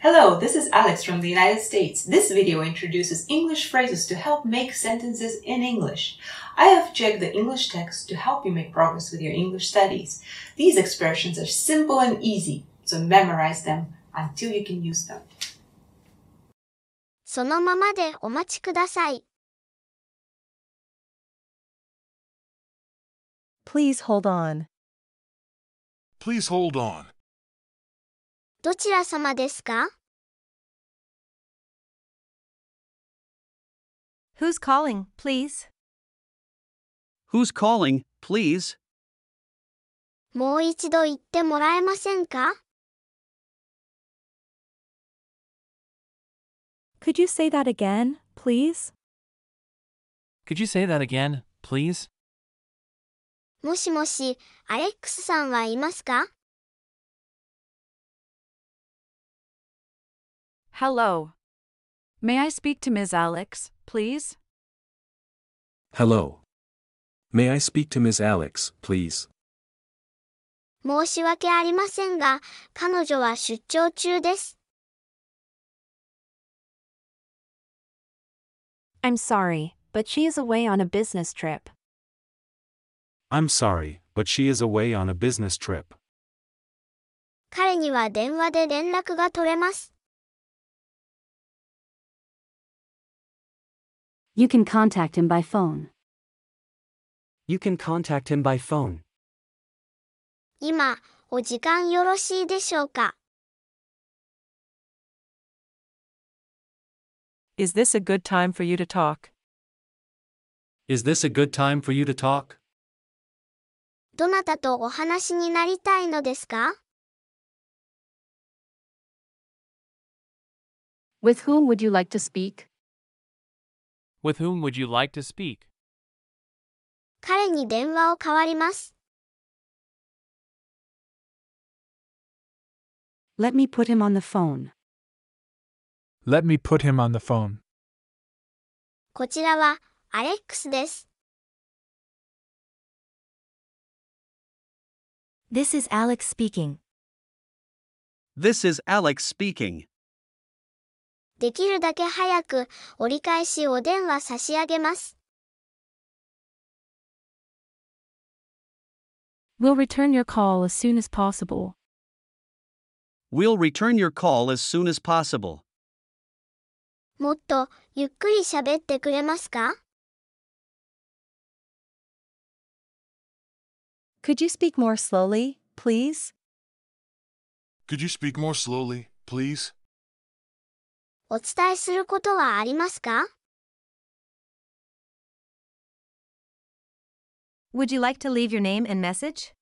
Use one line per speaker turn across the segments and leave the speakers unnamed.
Hello, this is Alex from the United States. This video introduces English phrases to help make sentences in English. I have checked the English text to help you make progress with your English studies. These expressions are simple and easy, so memorize them until you can use them.
そのままでお待ちください。
Please hold on.
Please hold on.
どちら様ですか
Who's calling, please?
Who's calling, please?
もう一度言ってもらえませんか
Could you say that again, please?
Could you say that again, please?
もしもし、アレックスさんはいますか
Hello. May I speak to Ms. Alex, please?
Hello. May I speak to Ms. Alex, please?
申し訳ありませんが、彼女は出張中です。
I'm sorry, but she is away on a business trip.
I'm sorry, but she is away on a business trip.
彼には電話で連絡が取れます。
You can contact him by phone.
You can contact him by phone.
今、お時間よろしいでしょうか
Is this a good time for you to talk?
Is this a good time for you to talk?
どなたとお話になりたいのですか
With whom would you like to speak?
With whom would you like to speak?
彼に電話を代わります。
Let me put him on the phone.
Let me put him on the phone.
こちらは、アレックスです。
This is Alex speaking.
This is Alex speaking.
できるだけ早く、折り返しお電話差し上げます。
We'll return your call as soon as possible.
We'll return your call as soon as possible.
もっとゆっくり喋ってくれますか
Could you speak more slowly, please?
Could you speak more slowly, please?
お伝えすることはありますか
Would you like to leave your name and message?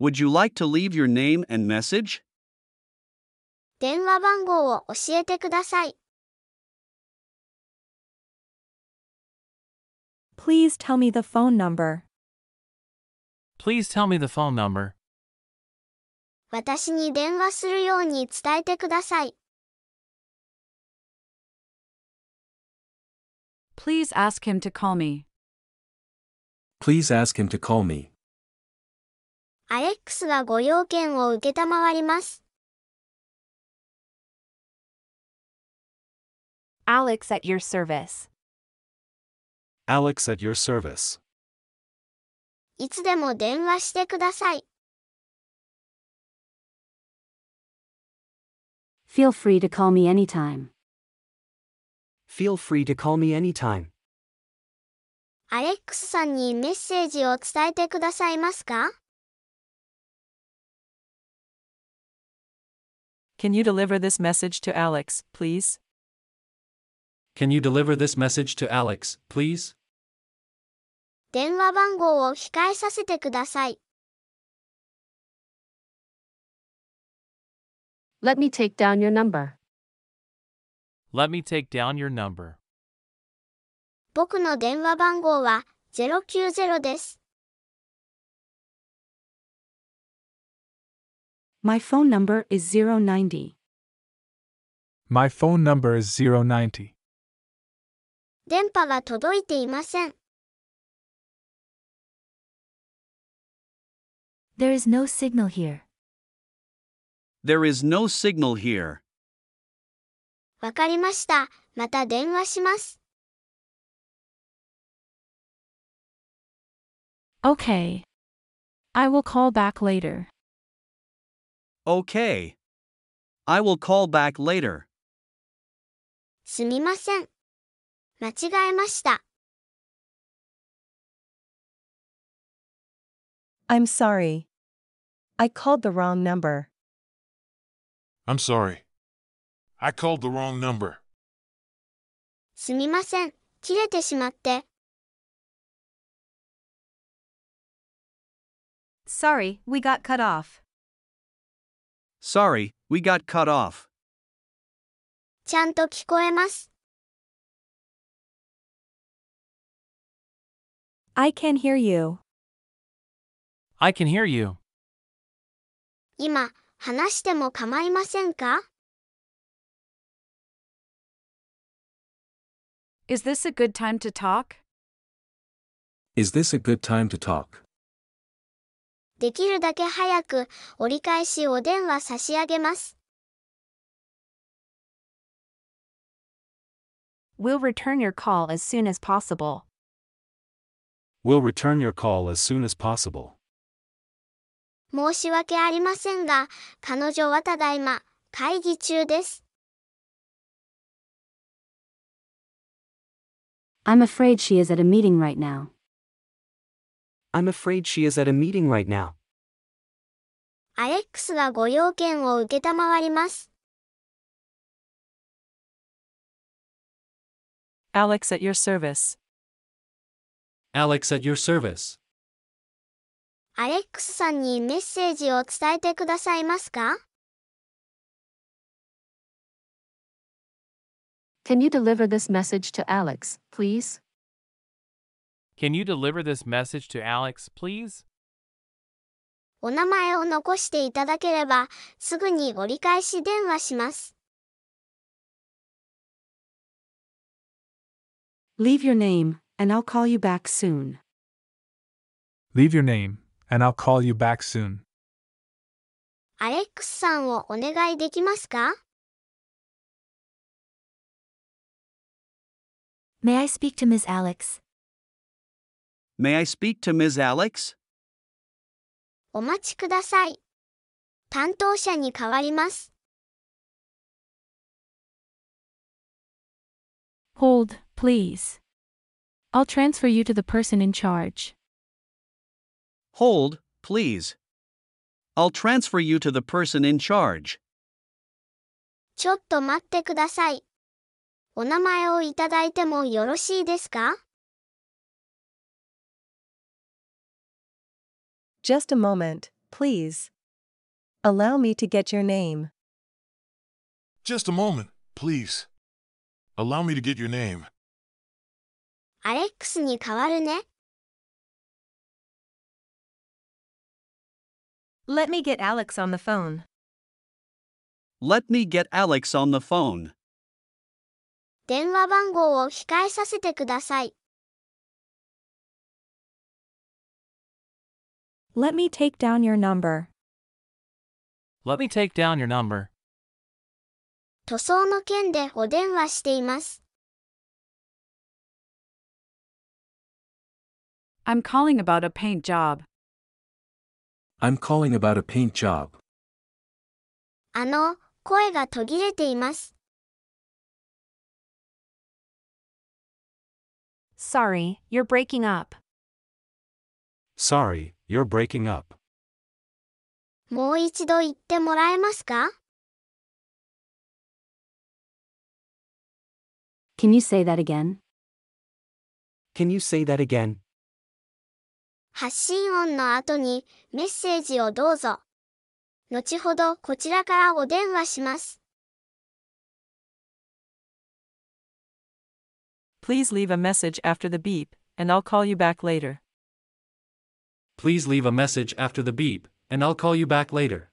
Would you like to leave your name and message?
電話番号を教えてください。
Please tell me the phone number.
Please tell me the phone number.
私に電話するように伝えてください。
Please ask him to call me.
Please ask him to call me.
アレックスがご要件を受けたまわります。
Alex at your service.
Alex at your service.
いつでも電話してください。
Feel free to call me anytime.
Feel free to call me anytime.
アレックスさんにメッセージを伝えてくださいますか
Can you deliver this message to Alex, please?
Can you deliver this message to Alex, please?
電話番号を控えさせてください。
Let me take down your number.
Let me take down your number.
僕の電話番号は090です。
My phone number is 090.
My phone number is 090.
電波が届いていません。
There is no signal here.
There is no signal here.
わかりました。また電話します。
Okay. I will call back later.
Okay. I will call back later.
すみません。間違えました。
I'm sorry. I called the wrong number.
I'm sorry. I called the wrong number.
すみません。切れてしまって。
Sorry, we got cut off.
Sorry, we got cut off.
ちゃんと聞こえます。
I can hear you.
I can hear you.
今、話しても構いませんか
Is this a good time to talk?
Is this a good time to talk?
できるだけ早く折り返しお電話差し上げます。
We'll return your call as soon as possible.
We'll return your call as soon as possible.
申し訳ありませんが、彼女はただいま会議中です。
I'm afraid she is at a meeting right now.
I'm afraid she is at a meeting right now.
アレックスがご用件を受けたまわります。
Alex at your service.
Alex at your service.
アレックスさんにメッセージを伝えてくださいますか
Can you deliver this message to Alex, please?
Can you deliver this message to Alex, please?
お名前を残していただければ、すぐに折り返し電話します。
Leave your name, and I'll call you back soon.
Leave your name, and I'll call you back soon.
アレックスさんをお願いできますか
May I speak to Ms. Alex?
May I speak to Ms. Alex?
お待ちください。担当者に代わります。
Hold, please. I'll transfer you to the person in charge.
Hold, please. I'll transfer you to the person in charge.
ちょっと待ってください。お名前をいただいてもよろしいですか
Just a moment, please. Allow me to get your name.
Just a moment, please. Allow me to get your name.
アレックスに代わるね。
Let me get Alex on the phone.
Let me get Alex on the phone.
電話番号を控えさせてください。
Let me take down your number.
Let me take down your number.
塗装の件でお電話しています。
I'm calling about a paint job.
I'm calling about a paint job.
あの、声が途切れています。
Sorry, you're breaking up.
Sorry, you're breaking up.
もう一度言ってもらえますか
Can you say that again?
Can you say that again?
発信音の後にメッセージをどうぞ。後ほどこちらからお電話します。
Please leave a message after the beep, and I'll call you back later.
Please leave a message after the beep, and I'll call you back later.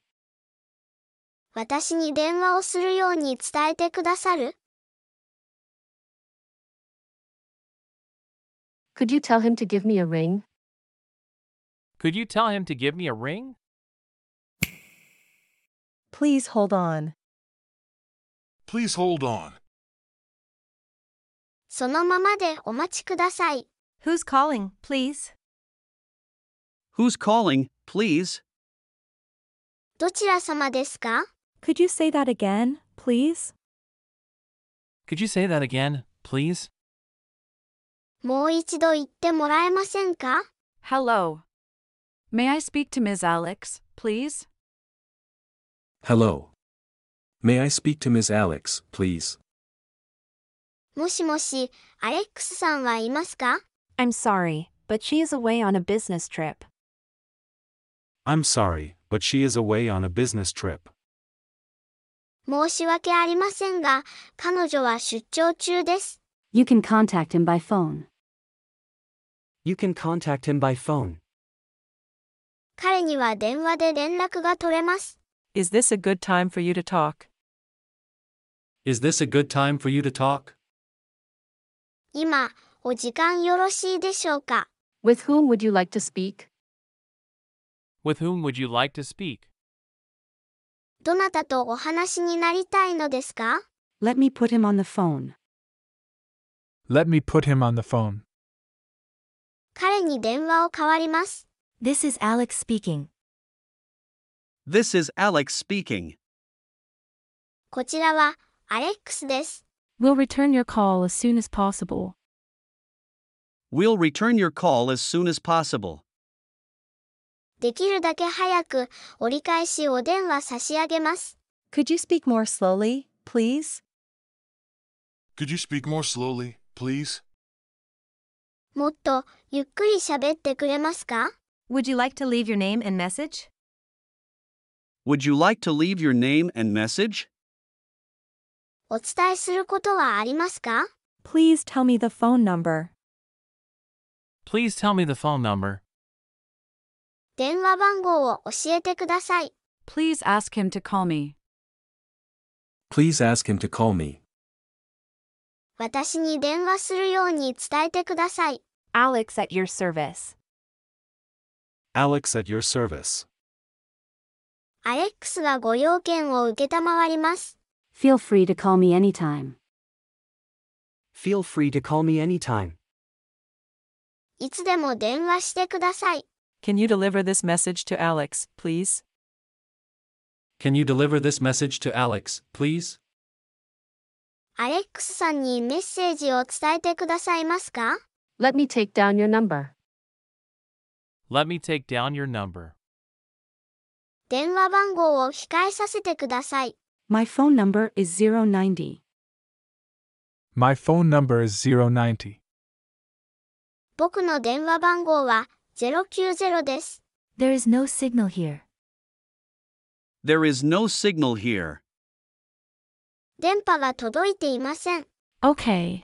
私に電話をするように伝えてくださる
Could you tell him to give me a ring?
Could you tell him to give me a ring?
Please hold on.
Please hold on.
そのままでお待ちください。
Who's calling, please?
Who's calling, please?
どちら様ですか
Could you say that again, please?
Could you say that again, please?
もう一度言ってもらえませんか
Hello. May I speak to Ms. Alex, please?
Hello. May I speak to Ms. Alex, please?
もしもし、アレックスさんはいますか
I'm sorry, but she is away on a business trip.
I'm sorry, but she is away on a business trip.
申し訳ありませんが、彼女は出張中です。
You can contact him by phone.
You can contact him by phone.
彼には電話で連絡が取れます。
Is this a good time for you to talk?
Is this a good time for you to talk?
今、お時間よろしいでしょうか
With whom would you like to speak?
With whom would you like to speak?
どなたとお話になりたいのですか
Let me put him on the phone.
Let me put him on the phone.
彼に電話を代わります。
This is Alex speaking.
This is Alex speaking.
こちらは、アレックスです。
We'll return your call as soon as possible.
We'll return your call as soon as possible.
できるだけ早く、折り返しお電話差し上げます。
Could you speak more slowly, please?
Could you speak more slowly, please?
もっと、ゆっくり喋ってくれますか
Would you like to leave your name and message?
Would you like to leave your name and message?
お伝えすることはありますか
Please tell me the phone number.
Please tell me the phone number.
電話番号を教えてください。
Please ask him to call me.
Please ask him to call me.
私に電話するように伝えてください。
Alex at your service.
Alex at your service.
アレックスがご用件を受けたまわります。
Feel free to call me anytime.
Feel free to call me anytime.
いつでも電話してください。
Can you deliver this message to Alex, please?
Can you deliver this message to Alex, please?
アレックスさんにメッセージを伝えてくださいますか
Let me take down your number.
Let me take down your number.
電話番号を控えさせてください。
My phone number is 090.
My phone number is 090.
僕の電話番号は090です。
There is no signal here.
There is no signal here.
電波が届いていません。
Okay.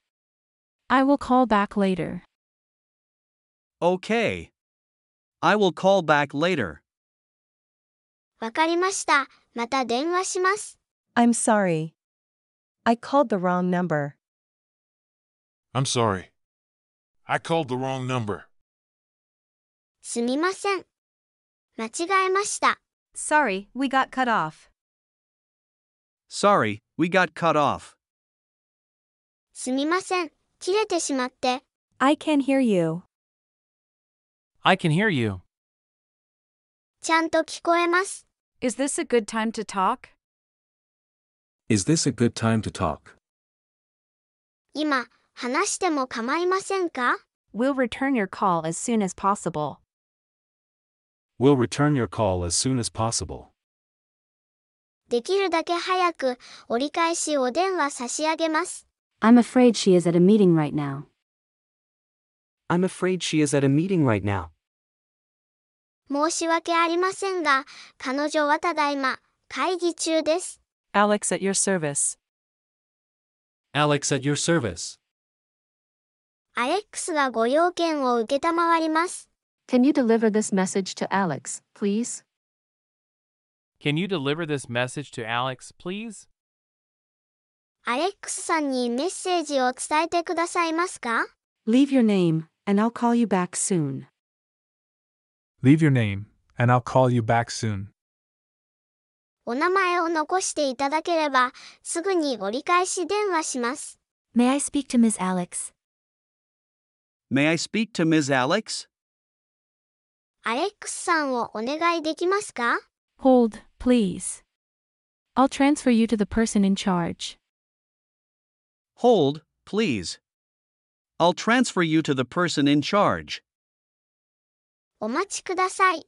I will call back later.
Okay. I will call back later.
わかりました。また電話します。
I'm sorry. I called the wrong number.
I'm sorry. I called the wrong number.
すみません。間違えました。
Sorry, we got cut off.
Sorry, we got cut off.
すみません。切れてしまって。
I can hear you.
I can hear you.
ちゃんと聞こえます。
Is this a good time to talk?
Is this a good time to talk?
今、話しても構いませんか
We'll return your call as soon as possible.
We'll return your call as soon as possible.
できるだけ早く、折り返しお電話差し上げます。
I'm afraid she is at a meeting right now.
I'm afraid she is at a meeting right now.
申し訳ありませんが、彼女はただいま、会議中です。
Alex at your service.
Alex at your service.
アレックスがご用件を受けたまわります。
Can you deliver this message to Alex, please?
Can you deliver this message to Alex, please?
アレックスさんにメッセージを伝えてくださいますか
Leave your name, and I'll call you back soon.
Leave your name, and I'll call you back soon.
お名前を残していただければ、すぐに折り返し電話します。
May I speak to Ms. Alex?
May I speak to Ms. Alex?
アレックスさんをお願いできますか
Hold, please. I'll transfer you to the person in charge.
Hold, please. I'll transfer you to the person in charge.
お待ちください。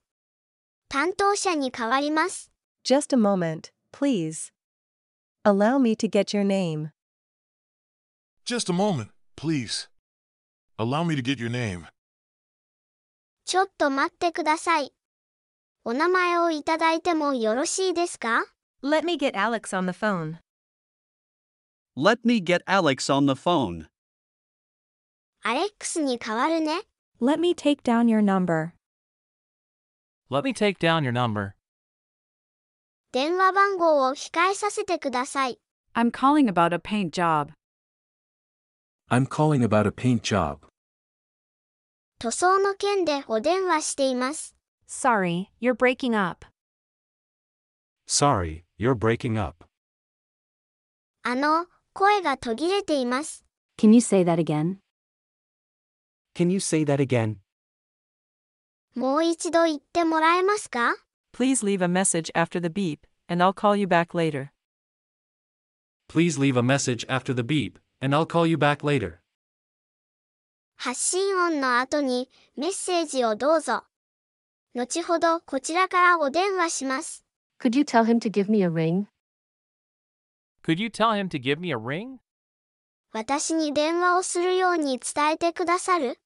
担当者に代わります。
Just a moment, please. Allow me to get your name.
Just a moment, please. Allow me to get your name.
ちょっと待ってください。お名前をいただいてもよろしいですか
Let me get Alex on the phone.
Let me get Alex on the phone.
アレックスに代わるね。
Let me take down your number.
Let me take down your number.
電話番号を控えさせてください。
I'm calling about a paint job.
I'm calling about a paint job.
塗装の件でお電話しています。
Sorry, you're breaking up.
Sorry, you're breaking up.
あの、声が途切れています。
Can you say that again?
Can you say that again?
もう一度言ってもらえますか
Please leave a message after the beep, and I'll call you back later.
Please leave a message after the beep, and I'll call you back later.
発信音の後にメッセージをどうぞ。後ほどこちらからお電話します。
Could you tell him to give me a ring?
Could you tell him to give me a ring?
私に電話をするように伝えてくださる